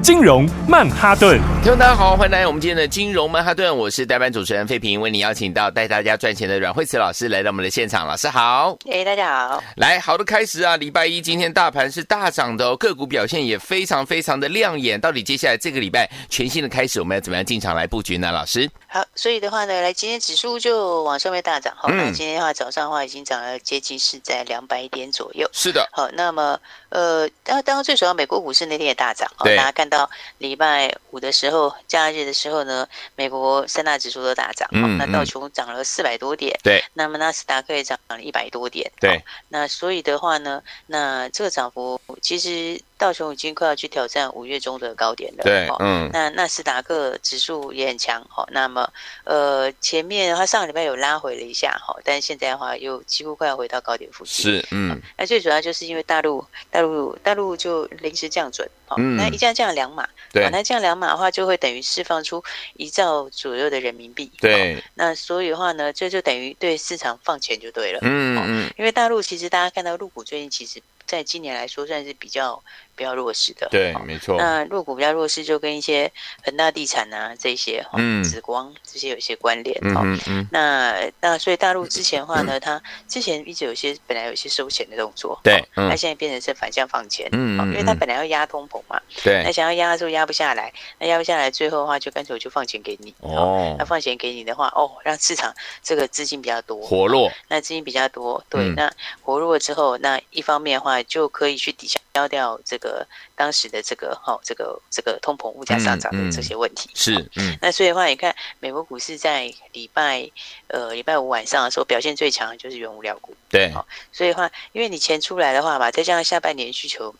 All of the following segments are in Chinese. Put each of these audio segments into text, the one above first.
金融曼哈顿。听众大家好，欢迎来到我们今天的金融曼哈顿，我是代班主持人费平，为你邀请到带大家赚钱的阮慧慈老师来到我们的现场，老师好。哎、大家好。来，好的开始啊！礼拜一今天大盘是大涨的哦，个股表现也非常非常的亮眼。到底接下来这个礼拜全新的开始，我们要怎么样进场来布局呢？老师，好，所以的话呢，来今天指数就往上面大涨，好，嗯那今天的话早上的话已经涨了接近是在两百点左右。是的，好，那么呃，当当然最主要美国股市那天也大涨，哦对大家看到礼拜五的时候，假日的时候呢，美国三大指数都大涨，哦嗯那道嗯琼涨了四百多点，对，那么纳斯达克也涨了一百多点，对哦那所以的话呢，那这个涨幅其实道琼已经快要去挑战五月中的高点了，对哦，嗯，那纳斯达克指数也很强哈、那么呃前面它上个礼拜有拉回了一下哈、但现在的话又几乎快要回到高点附近。，是，嗯，那最主要就是因为大陆大陆大陆就临时降准，好、嗯那一降降两码，对好，那降两码的话就会等于释放出一兆左右的人民币，好对，那所以的话呢，这就等于对市场放钱就对了。嗯嗯，因为大陆其实大家看到入股最近其实在今年来说算是比较比较弱势的，对好，没错，那入股比较弱势，就跟一些恒大地产啊这些，哈、嗯紫光这些有一些关联，嗯哈、嗯嗯，那那所以大陆之前的话呢，它之前一直有一些本来有一些收钱的动作，对哈嗯那现在变成是反向放钱，嗯好嗯因为它嗯本来要压通膨嘛，那对，想要压的时候压不下来，那压不下来，最后的话就干脆我就放钱给你，好，哦那，放钱给你的话，哦，让市场这个资金比较多，活络，那资金比较多，对，嗯那活络之后，那一方面的话就可以去抵消掉这个当时的这个哈、这个这个通膨物价上涨嗯嗯的这些问题。是，嗯，那所以的话，你看美国股市在礼拜呃礼拜五晚上的时候表现最强的就是原物料股，对，所以的话，因为你钱出来的话嘛，再加上下半年需求。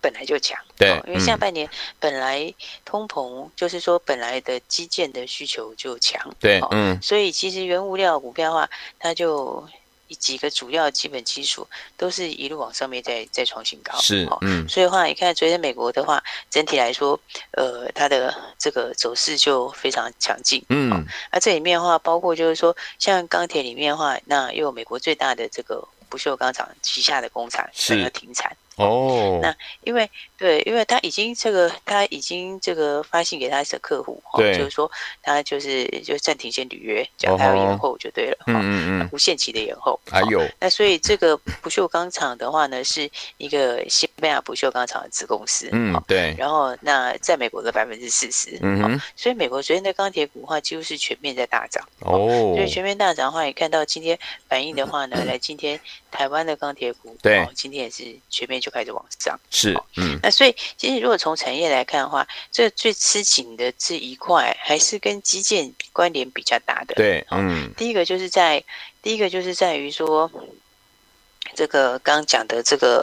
本来就强，对哦因为嗯下半年本来通膨就是说本来的基建的需求就强，对哦，嗯，所以其实原物料股票的话，它就以几个主要基本基础都是一路往上面在在创新高。哦是，嗯，所以的话，你看昨天美国的话，整体来说，呃，它的这个走势就非常强劲。嗯，那、这里面的话，包括就是说，像钢铁里面的话，那又有美国最大的这个不锈钢厂旗下的工厂是可能要停产，哦，那因为对，因为他已经这个，他已经这个发信给他的客户，哦对就是说他就是就暂停先履约，这哦吼样他要延后就对了，嗯哎哦嗯嗯，无限期的延后。还哦有，那所以这个不锈钢厂的话呢，是一个西班牙不锈钢厂的子公司，嗯哦，对，然后那在美国的百分之四十，嗯哦哼，所以美国昨天的钢铁股的话几乎是全面在大涨。哦，所以全面大涨的话，也看到今天反应的话 呢，来今天台湾的钢铁股，对哦，今天也是全面就开始往上。是，嗯，那所以，其实如果从产业来看的话，这最吃紧的这一块还是跟基建关联比较大的。，对，嗯，第一个就是在第一个就是在于说，这个刚讲的这个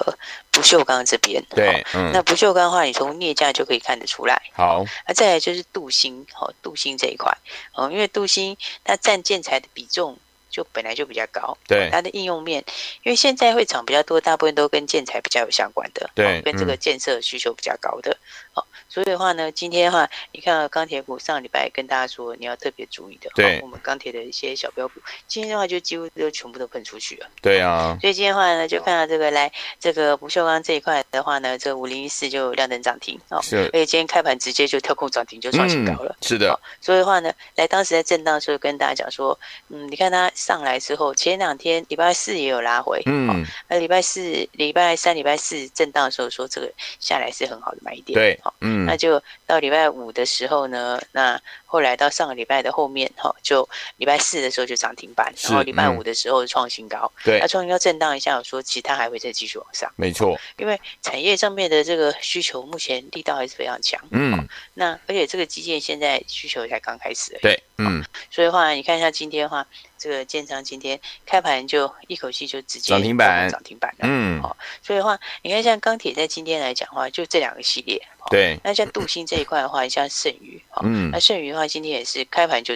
不锈钢这边。哦对，那嗯，不锈钢的话，你从镍价就可以看得出来。好，那再来就是镀锌，哦，镀锌这一块，哦，因为镀锌它占建材的比重就本来就比较高，对它的应用面，因为现在会涨比较多，大部分都跟建材比较有相关的，对哦跟这嗯个建设需求比较高的，哦，所以的话呢，今天的话，你看到钢铁股上礼拜跟大家说你要特别注意的，对哦我们钢铁的一些小标股，今天的话就几乎都全部都喷出去了，对啊，所以今天的话呢，就看到这个来这个不锈钢这一块的话呢，这五零一四就亮灯涨停哦，是嗯而且今天开盘直接就跳空涨停，就创新高了。是的，所以的话呢，来当时在震荡的时候跟大家讲说，嗯，你看它上来之后，前两天礼拜四也有拉回，哦，嗯，那礼拜四、礼拜三、礼拜四震荡的时候说这个下来是很好的买点，对好、，嗯那，就到礼拜五的时候呢，那后来到上个礼拜的后面，哈、就礼拜四的时候就涨停板，是然后礼拜嗯五的时候创新高，对那，创新高震荡一下，我说其他还会再继续往上，没错，因为产业上面的这个需求目前力道还是非常强。嗯，那而且这个基建现在需求才刚开始而已，对，嗯，所以的话，你看一下今天的话，这个建商今天开盘就一口气就直接涨停板涨停板了。嗯，所以的话，你看像钢铁在今天来讲的话，就这两个系列。哦，对，那像镀锌这一块的话，像剩余，哦，嗯那，剩余的话，今天也是开盘就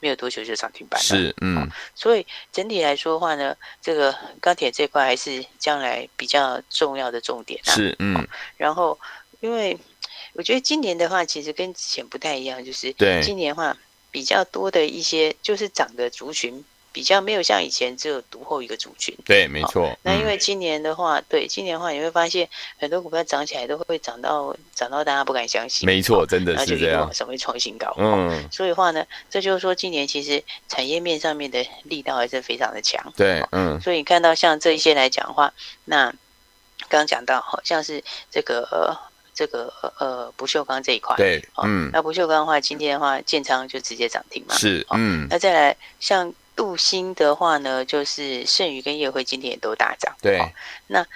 没有多久就涨停板了。是，嗯，所以整体来说的话呢，这个钢铁这块还是将来比较重要的重点啊。是，嗯，然后，因为我觉得今年的话，其实跟之前不太一样，就是对今年的话比较多的一些就是涨的族群比较没有像以前只有独后一个族群。对，没错。那因嗯为今年的话，对今年的话，你会发现很多股票涨起来都会涨到涨到大家不敢相信，没错，哦，真的然后就是一这路样往。上会创新高。嗯，所以的话呢，这就是说今年其实产业面上面的力道还是非常的强。对，嗯，所以你看到像这一些来讲的话，那刚刚讲到好像是这个呃这个呃呃不锈钢这一块，，对，哦嗯，那不锈钢的话，今天的话建仓就直接涨停嘛，。是，嗯，那再来像镀锌的话呢，就是剩余跟夜辉今天也都大涨，对哦，那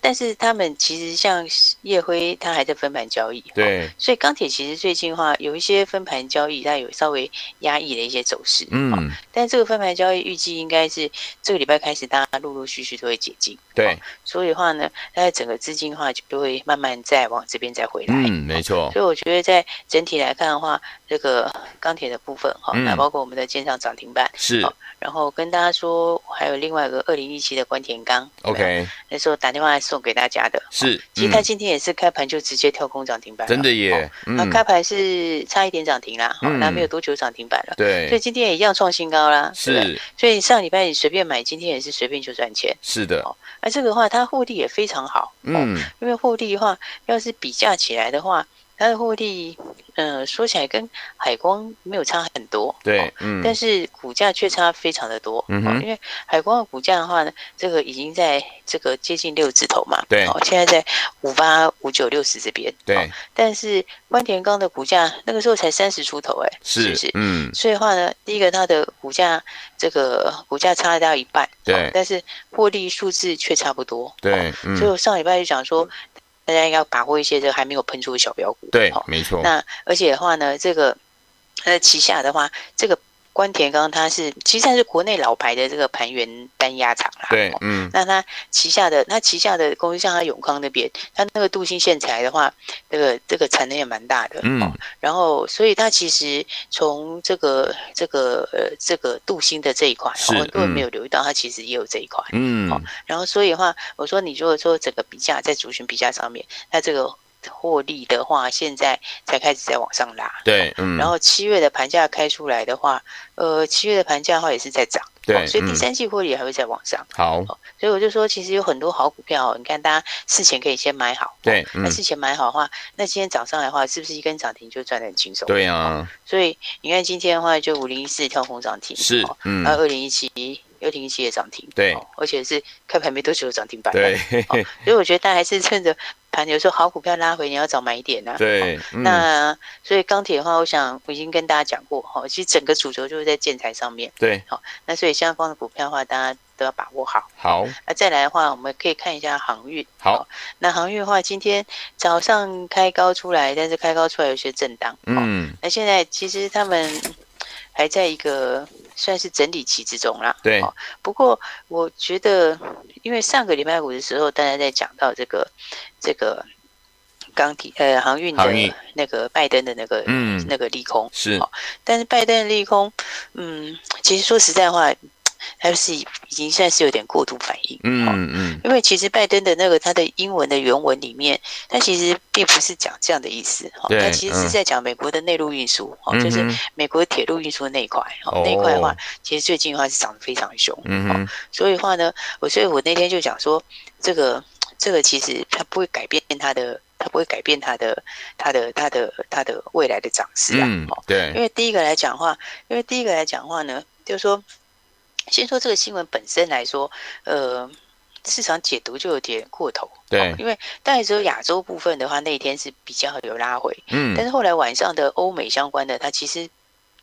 但是他们其实像夜辉，它还在分盘交易，哦。对，所以钢铁其实最近的话，有一些分盘交易，它有稍微压抑了一些走势，哦嗯，但这个分盘交易预计应该是这个礼拜开始，大家陆陆续续都会解禁。对，所以的话呢，它的整个资金的话就会慢慢再往这边再回来。嗯，没错，所以我觉得在整体来看的话，这个钢铁的部分哈，嗯那包括我们的建上涨停板，是好然后跟大家说，还有另外一个二零一七的关田钢，OK，那时候打电话来送给大家的。是，其实它嗯，今天也是开盘就直接跳空涨停板了，真的哦。耶，它嗯，开盘是差一点涨停啦，哦嗯那没有多久涨停板了，所以对，今天也一样创新高啦。对不对，是，所以上礼拜你随便买，今天也是随便就赚钱。是的，那这个的话，它获利也非常好，哦嗯，因为获利的话，要是比价起来的话，它的获利，呃，说起来跟海光没有差很多，哦对，嗯，但是股价却差非常的多，嗯哦哼因为海光的股价的话呢，这个已经在这个接近六字头嘛，对哦，现在在五八五九六十这边，哦对，但是关田钢的股价那个时候才三十出头、哎，是不是，？嗯，所以的话呢，第一个它的股价这个股价差了大概一半，对哦但是获利数字却差不多，哦对，所以嗯，我上礼拜就讲说，大家应该要把握一些这个还没有喷出的小标股。哦对好、，没错，那而且的话呢，这个呃旗下的话，这个关田刚它是其实它是国内老牌的这个盘源单压厂啦。对哦，嗯，那它旗下的，它旗下的公司像它永康那边，它那个镀锌线材的话，这个这个产能也蛮大的，嗯哦，然后所以它其实从这个这个呃这个镀锌的这一块，是哦很多人没嗯有留意到，它其实也有这一块，嗯，然后所以的话，我说你如果说整个比价在族群比价上面，那这个获利的话，现在才开始在往上拉。对，嗯，然后七月的盘价开出来的话，呃，七月的盘价的话也是在涨，对哦所以第嗯三季获利还会再往上。好，所以我就说，其实有很多好股票哦，你看大家事前可以先买好，对哦嗯那事前买好的话，那今天涨上来的话，是不是一根涨停就赚得很轻松？对啊，所以你看今天的话，就五零一四跳空涨停，是哦，嗯然，后二零一七二零一七也涨停，对哦而且是开盘没多久就涨停板，对，哦所以我觉得大家还是趁着盘，有时候好股票拉回，你要找买点啊。 对，嗯，那所以钢铁的话，我想我已经跟大家讲过，哈、哦，其实整个主轴就是在建材上面。对，那所以相关的股票的话，大家都要把握好。好，那再来的话，我们可以看一下航运。好，那航运的话，今天早上开高出来，但是开高出来有些震荡。哦，嗯，那现在其实他们还在一个算是整理期之中啦。哦对，不过我觉得，因为上个礼拜五的时候，大家在讲到这个这个钢铁呃航运航运的那个拜登的那个嗯那个利空，是，但是拜登的利空，嗯，其实说实在话，还是已经算是有点过度反应，哦。嗯嗯，因为其实拜登的那个他的英文的原文里面，他其实并不是讲这样的意思，哈、对他其实嗯是在讲美国的内陆运输，哦，嗯就是哼，美国铁路运输那一块，哦哦，那一块的话，其实最近的话是涨得非常凶，嗯哦哼，所以的话呢，我所以我那天就讲说，这个这个其实它不会改变它的，它不会改变它的它的它的它的未来的涨势啊。嗯哦，，因对，为第一个来讲话，因为第一个来讲话呢，就是说，先说这个新闻本身来说，呃。市场解读就有点过头，对哦因为当然只有亚洲部分的话，那一天是比较有拉回，但嗯，是后来晚上的欧美相关的，它其实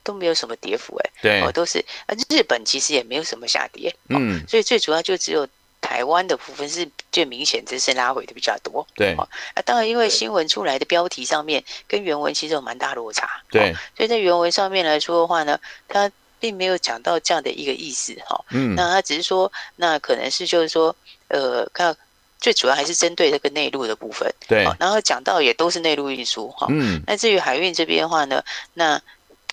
都没有什么跌幅、欸，对哦，，都是啊，日本其实也没有什么下跌，嗯，所以最主要就只有台湾的部分是最明显，只是拉回的比较多。对，啊，当然因为新闻出来的标题上面跟原文其实有蛮大落差，对，所以在原文上面来说的话呢，它并没有讲到这样的一个意思哈、哦。嗯，那它只是说，那可能是就是说，呃，看最主要还是针对这个内陆的部分，对哦，然后讲到也都是内陆运输哈。嗯，那至于海运这边的话呢，那。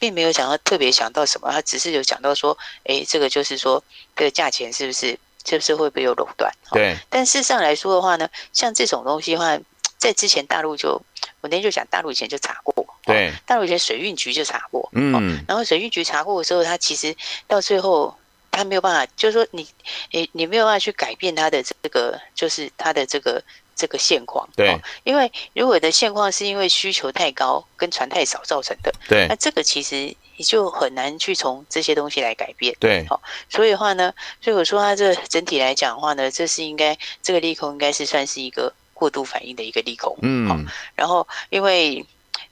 并没有想要特别想到什么，他只是有想到说，诶，这个就是说这个价钱是不是是不是会不会有垄断？哦对，但事实上来说的话呢，像这种东西的话，在之前大陆就，我那天就讲大陆以前就查过，对，大陆以前水运局就查过，哦，嗯，然后水运局查过的时候，它其实到最后。它没有办法，就是说你，你你没有办法去改变它的这个，就是它的这个这个现况。对哦，因为如果你的现况是因为需求太高跟船太少造成的，对那，这个其实你就很难去从这些东西来改变。对，所以的话呢，所以我说它这整体来讲的话呢，这是应该这个利空应该是算是一个过度反应的一个利空。好嗯，然后因为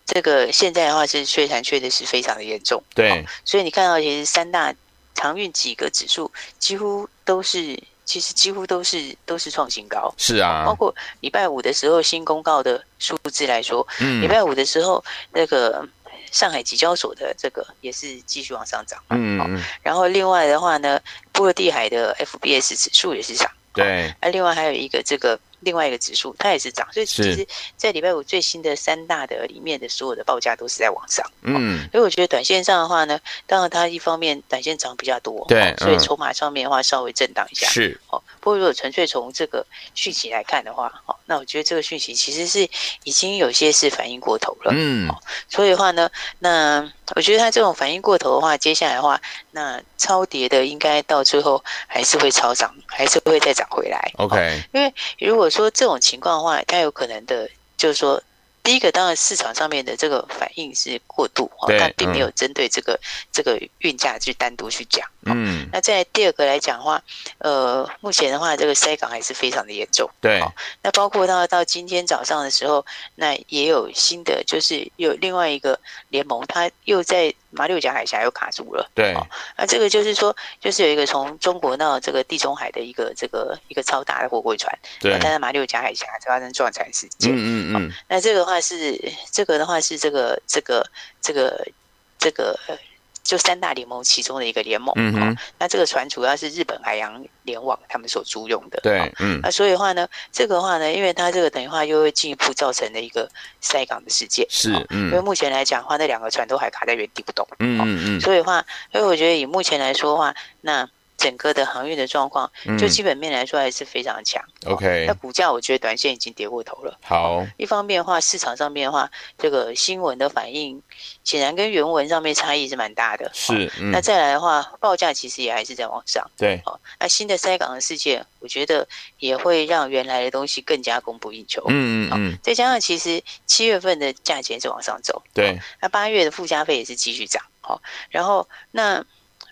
这个现在的话是缺产缺的是非常的严重，对，所以你看到其实三大航运几个指数几乎都是，其实几乎都是都是创新高。是包啊，括礼拜五的时候新公告的数字来说，礼嗯，拜五的时候那个上海集交所的这个也是继续往上涨。嗯好嗯，然后另外的话呢，波罗的海的 FBS 指数也是涨，对，啊，另外还有一个这个另外一个指数它也是涨，所以是其实，在礼拜五最新的三大的里面的所有的报价都是在往上，嗯，所以我觉得短线上的话呢，当然它一方面短线涨比较多，对哦所以嗯筹码上面的话稍微震荡一下，是，哦，不过如果纯粹从这个讯息来看的话，哦，那我觉得这个讯息其实是已经有些是反应过头了，嗯，所以的话呢，那我觉得它这种反应过头的话，接下来的话，那超跌的应该到最后还是会超涨，还是会再涨回来。哦，OK，如果说这种情况的话，它有可能的，就是说，第一个当然市场上面的这个反应是过度，哦对它并没嗯有针对这个、这个运价去单独去讲。哦嗯，那在第二个来讲的话，呃，目前的话，这个塞港还是非常的严重。对，那包括到到今天早上的时候，那也有新的，就是有另外一个联盟，它又在马六甲海峡又卡住了。对，那这个就是说，就是有一个从中国到这个地中海的一个这个一个超大的货柜船，对它，在马六甲海峡发生撞船事件。嗯嗯嗯，那这个的话是这个的话是这个这个这个这个。呃就三大联盟其中的一个联盟，嗯哼哦，那这个船主要是日本海洋联网他们所租用的，哦对，嗯那所以的话呢，这个的话呢，因为它这个等于话又会进一步造成了一个塞港的事件，是哦，因为嗯目前来讲的话，那两个船都还卡在原地不动，嗯嗯所以的话，所以我觉得以目前来说的话，那整个的航运的状况，嗯，就基本面来说还是非常强。 OK，那股价我觉得短线已经跌过头了。好，一方面的话，市场上面的话，这个新闻的反应显然跟原文上面差异是蛮大的。哦是，嗯那，再来的话，报价其实也还是在往上。对，哦，那新的塞港的事件，我觉得也会让原来的东西更加供不应求。嗯嗯嗯，再加上其实七月份的价钱是往上走，对，那八月的附加费也是继续涨。好、然后那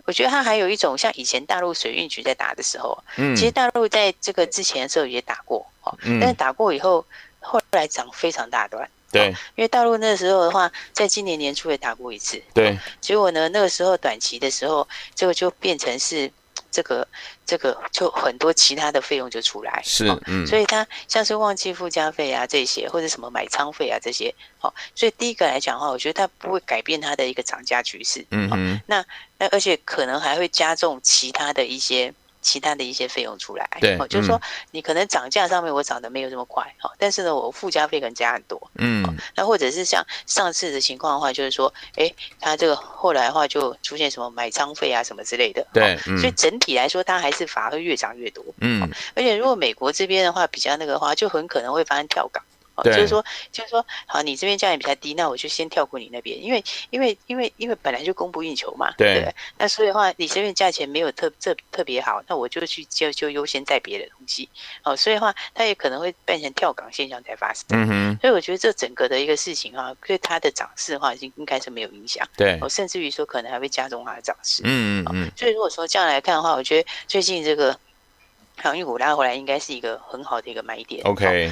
我觉得它还有一种像以前大陆水运局在打的时候，嗯，其实大陆在这个之前的时候也打过，哦，但是嗯，打过以后，后来涨非常大段。对因为大陆那时候的话，在今年年初也打过一次，对，结果呢，那个时候短期的时候，这个就变成是这个这个就很多其他的费用就出来，是哦，嗯，所以它像是旺季附加费啊这些，或者什么买仓费啊这些，好、所以第一个来讲的话，我觉得它不会改变它的一个涨价趋势，嗯哦哼，那而且可能还会加重其他的一些。其他的一些费用出来，对嗯哦，就是说你可能涨价上面我涨得没有这么快，哦，但是呢，我附加费可能加很多，嗯，那或者是像上次的情况的话，就是说，诶，它这个后来的话就出现什么买仓费啊什么之类的。对，所以嗯整体来说，它还是反而会越涨越多。嗯，而且如果美国这边的话比较那个的话，就很可能会发生跳港。哦，对就是说，就是说，好，你这边价钱比较低，那我就先跳过你那边，因为，因为，因为，因为本来就供不应求嘛，对不对。那所以的话，你这边价钱没有特特特别好，那我就去就就优先在别的东西。哦，所以的话，它也可能会变成跳港现象才发生。嗯哼，所以我觉得这整个的一个事情哈、对它的涨势的话，已经应该是没有影响，对，哦，甚至于说可能还会加重它的涨势。嗯嗯嗯，所以如果说这样来看的话，我觉得最近这个航运股拉回来，应该是一个很好的一个买点。哦 OK，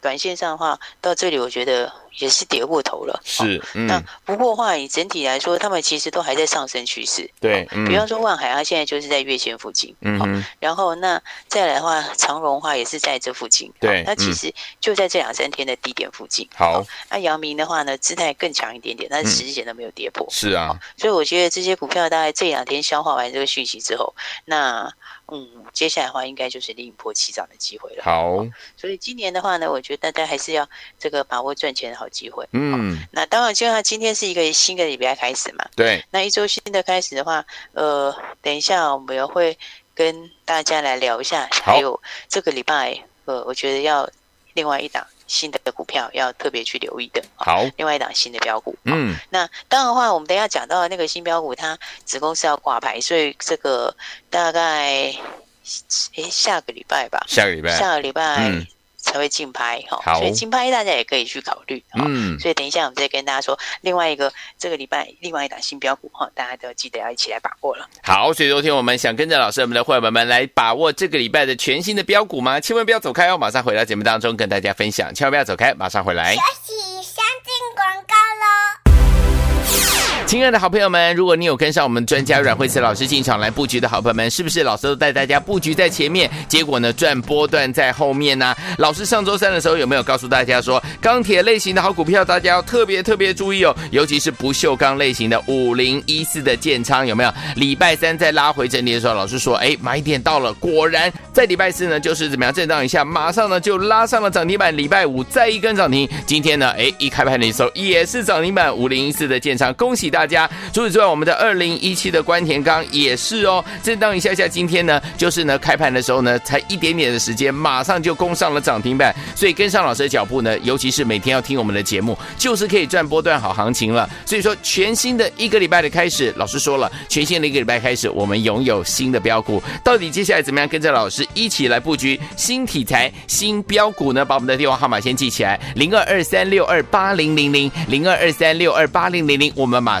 短线上的话，到这里我觉得也是跌过头了。哦是，那嗯，不过的话，以整体来说，他们其实都还在上升趋势。对，比嗯方说万海，它现在就是在月线附近。嗯哦哼，然后那再来的话，长荣的话也是在这附近。对哦那其嗯实就在这两三天的低点附近。好，那阳明的话呢，姿态更强一点点，但嗯是十日线都没有跌破，是啊，所以我觉得这些股票大概这两天消化完这个讯息之后，那嗯，接下来的话应该就是另一波起涨的机会了。好，所以今年的话呢，我觉得大家还是要这个把握赚钱的好机会。嗯，那当然，就像今天是一个新的礼拜开始嘛，对，那一周新的开始的话，呃，等一下我们也会跟大家来聊一下，好还有这个礼拜，呃，我觉得要另外一档新的股票要特别去留意的，啊好，另外一档新的标股。嗯，那当然的话，我们等一下讲到那个新标股，它子公司要挂牌，所以这个大概诶下个礼拜吧，下个礼拜，下个礼拜嗯才会竞拍哈，好所以竞拍大家也可以去考虑哈。嗯，所以等一下我们再跟大家说另外一个这个礼拜另外一档新标股哈，大家都记得要一起来把握了。好，所以昨天我们想跟着老师，我们的伙伴们来把握这个礼拜的全新的标股吗？千万不要走开哦，马上回到节目当中跟大家分享，千万不要走开，马上回来。起相进广告喽。亲爱的好朋友们，如果你有跟上我们专家阮慧慈老师进场来布局的好朋友们，是不是老师都带大家布局在前面，结果呢赚波段在后面呢、老师上周三的时候有没有告诉大家说，钢铁类型的好股票大家要特别特别注意哦，尤其是不锈钢类型的五零一四的建仓有没有？礼拜三在拉回整理的时候，老师说，哎，买点到了，果然在礼拜四呢就是怎么样震荡一下，马上呢就拉上了涨停板，礼拜五再一根涨停，今天呢，哎，一开盘的时候也是涨停板五零一四的建仓，恭喜大家！除此之外，我们的二零一七的关田钢也是哦，震荡一下下，今天呢，就是呢开盘的时候呢，才一点点的时间，马上就攻上了涨停板，所以跟上老师的脚步呢，尤其是每天要听我们的节目，就是可以赚波段好行情了。所以说，全新的一个礼拜的开始，老师说了，全新的一个礼拜开始，我们拥有新的标股，到底接下来怎么样跟着老师一起来布局新题材、新标股呢？把我们的电话号码先记起来，零二二三六二八零零零，零二二三六二八零零零，我们马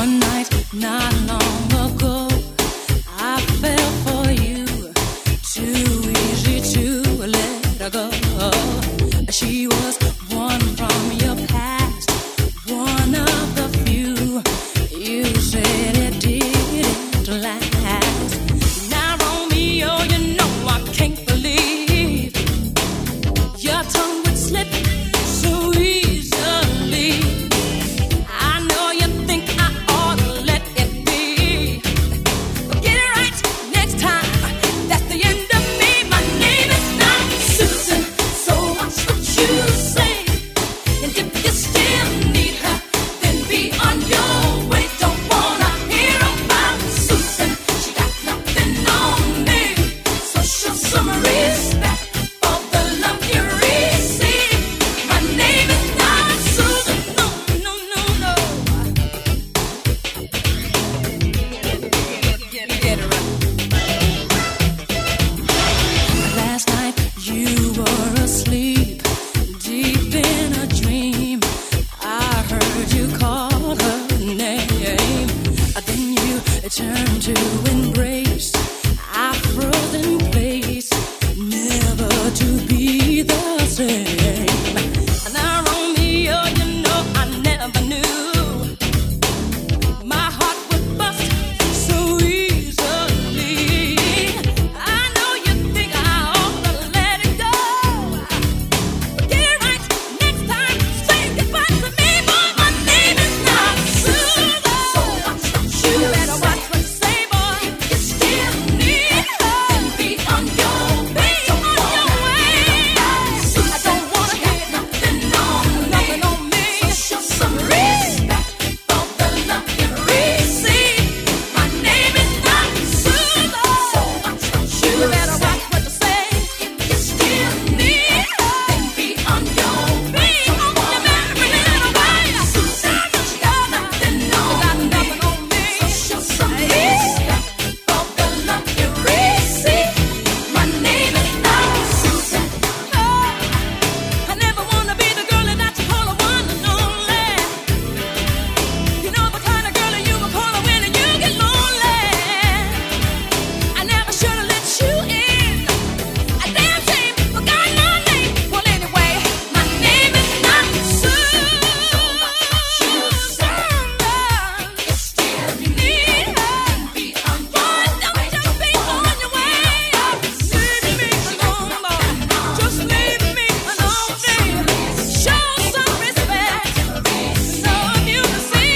One night not long ago, I fell for you. Too easy to let her go. She was turned to embrace our frozen face, never to be the same. And I Romeo, you know I never knew my heart would bust so easily. I know you think I ought to let it go. Dear right, next time say goodbye to me, boy. My name is not Susan, so you better watch what you say, boy. You still need her, be on your way, on your way. I don't wanna hear nothing on nothing on me. show some respect for the love you receive. My name is not Susan, so you better watch what you say. You still need her, be on your way, on your merry little way. Susan, you got nothing on me, so show some respect for the love you receive. My name is not Susan. I never wanna be the girl that you call a one and only. You know the kind of girl that you will call her when you get lonely. I never should have let you in. I damn shame forgot my name. Well anyway, my name is not Susan. You still need her. Boy, don't just be on your way. Leave me alone, boy. Just leave me alone, baby. Show some respect. So you can see.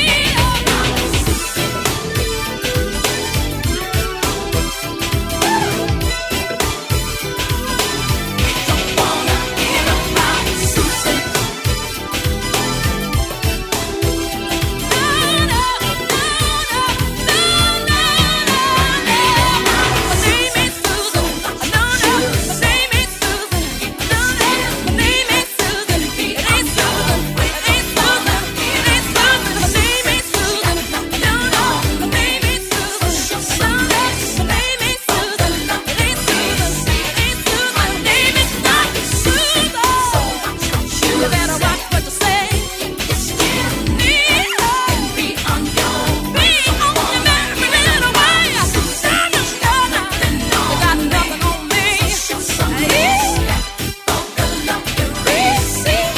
You better watch what you say. You still need her. Be on your be on your merry little way. Susan, you got nothing on you got nothing on me. So show some respect for the love you receive.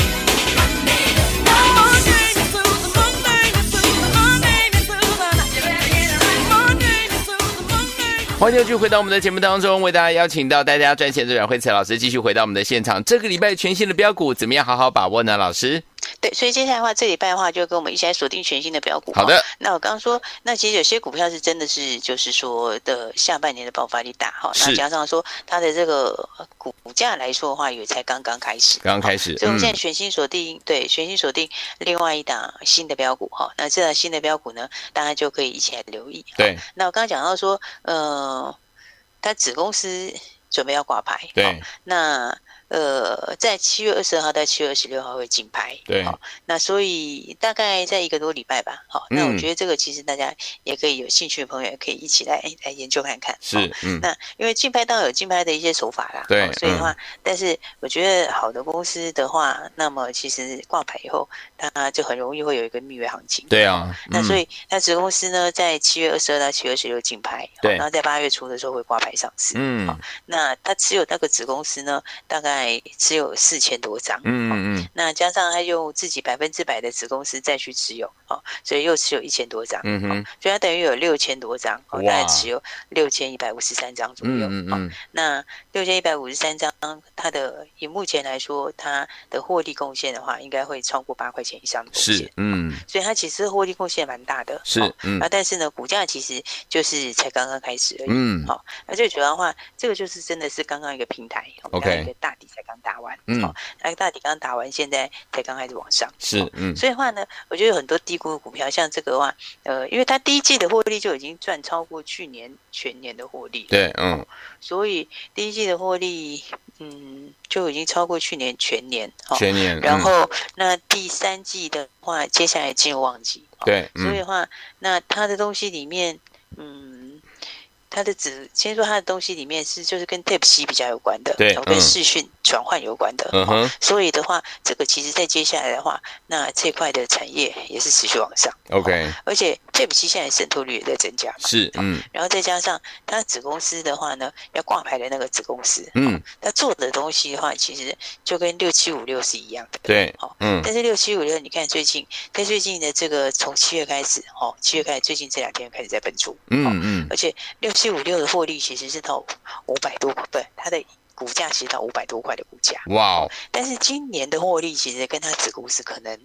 My name is Susan. My name is Susan. My name is Susan. You better get it right. My name is Susan. My name. 欢迎继续回到我们的节目当中，为大家邀请到带大家赚钱的阮慧慈老师继续回到我们的现场。这个礼拜全新的标股怎么样好好把握呢？老师，对，所以接下来的话，这礼拜的话，就跟我们一起来锁定全新的标股。好的。那我刚刚说，那其实有些股票是真的是，就是说的下半年的爆发力大哈，那是加上说它的这个呃股价来说的话，也才刚刚开始。刚刚开始，嗯所以我们现在全新锁定，对，全新锁定另外一档新的标股哈。那这档新的标股呢，大家就可以一起来留意。哈对那我刚刚讲到说，呃，它子公司准备要挂牌，对嗯那呃，在七月二十号到七月二十六号会竞拍，对好那所以大概在一个多礼拜吧，好、那嗯我觉得这个其实大家也可以有兴趣的朋友也可以一起来来研究看看，好是嗯那因为竞拍当然有竞拍的一些手法啦，对嗯哦所以的话，但是我觉得好的公司的话，那么其实挂牌以后，它就很容易会有一个蜜月行情。对啊，那所以以，那子公司呢，在七月二十二到七月二十六竞拍，哦对然后在八月初的时候会挂牌上市。嗯好那它持有那个子公司呢，大概只有四千多张。嗯哦嗯那加上它用自己百分之百的子公司再去持有，哦，所以又持有一千多张，哦嗯哼所以它等于有六千多张，哦，哇大概持有六千一百五十三张左右，嗯嗯哦嗯，那六千一百五十三张，它的以目前来说，它的获利贡献的话，应该会超过八块钱以上的贡是献，嗯所以它其实获利贡献蛮大的。是哦嗯啊，但是呢，股价其实就是才刚刚开始而已。嗯好、那最主要的话，这个就是真的是刚刚一个平台哦 OK 刚刚一个大底才刚打完。嗯好那大底刚打完，现在才刚开始往上。是嗯所以的话呢，我觉得有很多低估的股票，像这个的话，呃，因为它第一季的获利就已经赚超过去年全年的获利了。对嗯所以第一季的获利，嗯，就已经超过去年全年哦。全年，然嗯后那第三季的话，接下来进入旺季，哦对所嗯以的话，那它的东西里面，嗯，它的子先说它的东西里面是就是跟 Type C 比较有关的，对然后跟嗯视讯转换有关的。嗯哼所以的话，这个其实在接下来的话，那这块的产业也是持续往上， ，OK，而且 Type C 现在渗透率也在增加嘛。是，嗯然后再加上它子公司的话呢，要挂牌的那个子公司，嗯，它做的东西的话，其实就跟六七五六是一样的。对好，嗯但是六七五六，你看最近，在最近的这个从七月开始，哦，七月开始，最近这两天开始在奔出，哦嗯嗯，而且六七五六的获利其实是到五百多块，不，它的股价其实到五百多块的股价，哇哦，但是今年的获利其实跟它子公司可能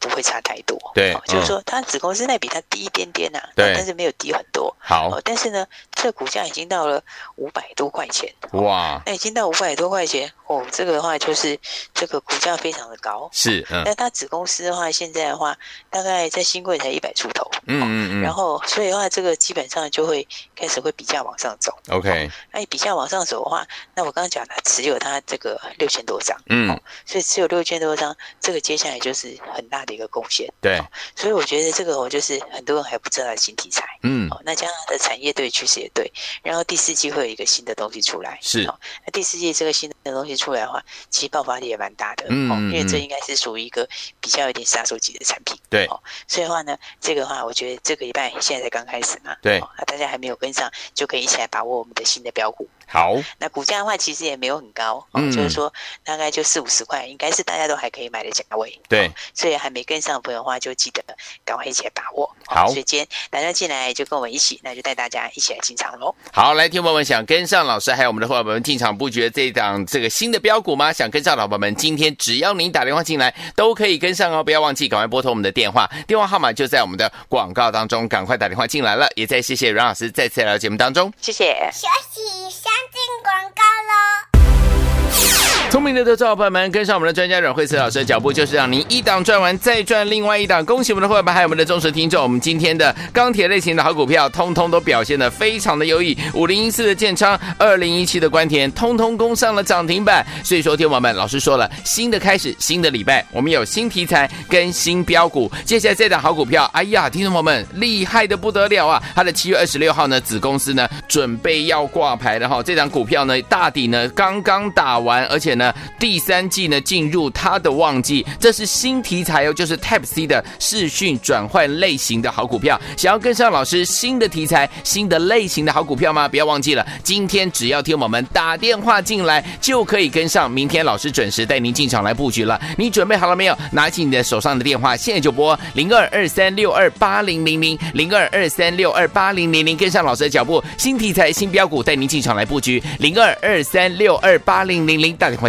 不会差太多，对哦就是嗯说它子公司那比它低一点点呐、啊，对但是没有低很多，好哦，但是呢，这股价已经到了五百多块钱，哇，那已经到五百多块钱哦，这个的话就是这个股价非常的高。是，嗯那它子公司的话，现在的话，大概在新贵才一百出头，嗯嗯嗯，然后所以的话，这个基本上就会开始会比价往上走。 OK，那你比价往上走的话，那我刚刚讲它持有它这个六千多张，嗯，所以持有六千多张，这个接下来就是很大的一个贡献。对，所以我觉得这个我哦就是很多人还不知道的新题材。嗯哦，那加上它的产业对趋势也对，然后第四季会有一个新的东西出来，是哦。那第四季这个新的东西出来的话，其实爆发力也蛮大的，嗯哦，嗯因为这嗯应该是属于一个比较有点杀手级的产品，对哦，所以的话呢，这个的话，我觉得这个礼拜现在才刚开始嘛，对哦那大家还没有跟上，就可以一起来把握我们的新的标股。好，那股价的话，其实也没有很高，哦，嗯就是说大概就四五十块，应该是大家都还可以买的价位，哦对，所以还没跟上的朋友的话，就记得赶快一起来把握。哦好所以今天大家进来就跟我们一起，那就带大家一起来进场喽。好，来，听众朋友们想跟上老师还有我们的伙伴们进场布局的这一档这个新的标股吗？想跟上的伙伴们，今天只要您打电话进来，都可以跟上哦，不要忘记赶快拨通我们的电话，电话号码就在我们的广告当中，赶快打电话进来了。也再谢谢阮老师再次来到节目当中。谢谢。休息一下，进广告喽。聪明的投资伙伴们，跟上我们的专家阮慧慈老师的脚步，就是让您一档赚完再赚另外一档。恭喜我们的伙伴，还有我们的忠实听众。我们今天的钢铁类型的好股票，通通都表现的非常的优异。五零一四的建昌，二零一七的关田，通通攻上了涨停板。所以说，听众朋友们，老师说了，新的开始，新的礼拜，我们有新题材跟新标股。接下来这档好股票，哎呀，听众朋友们，厉害的不得了啊！它的七月二十六号呢，子公司呢准备要挂牌了哈。这档股票呢，大底呢刚刚打完，而且呢第三季呢进入它的旺季，这是新题材哦，就是 Type C 的视讯转换类型的好股票。想要跟上老师新的题材、新的类型的好股票吗？不要忘记了，今天只要听我们打电话进来，就可以跟上。明天老师准时带您进场来布局了。你准备好了没有？拿起你的手上的电话，现在就拨零二二三六二八零零零零二二三六二八零零零，跟上老师的脚步，新题材、新标股带您进场来布局。零二二三六二八零零零，打电话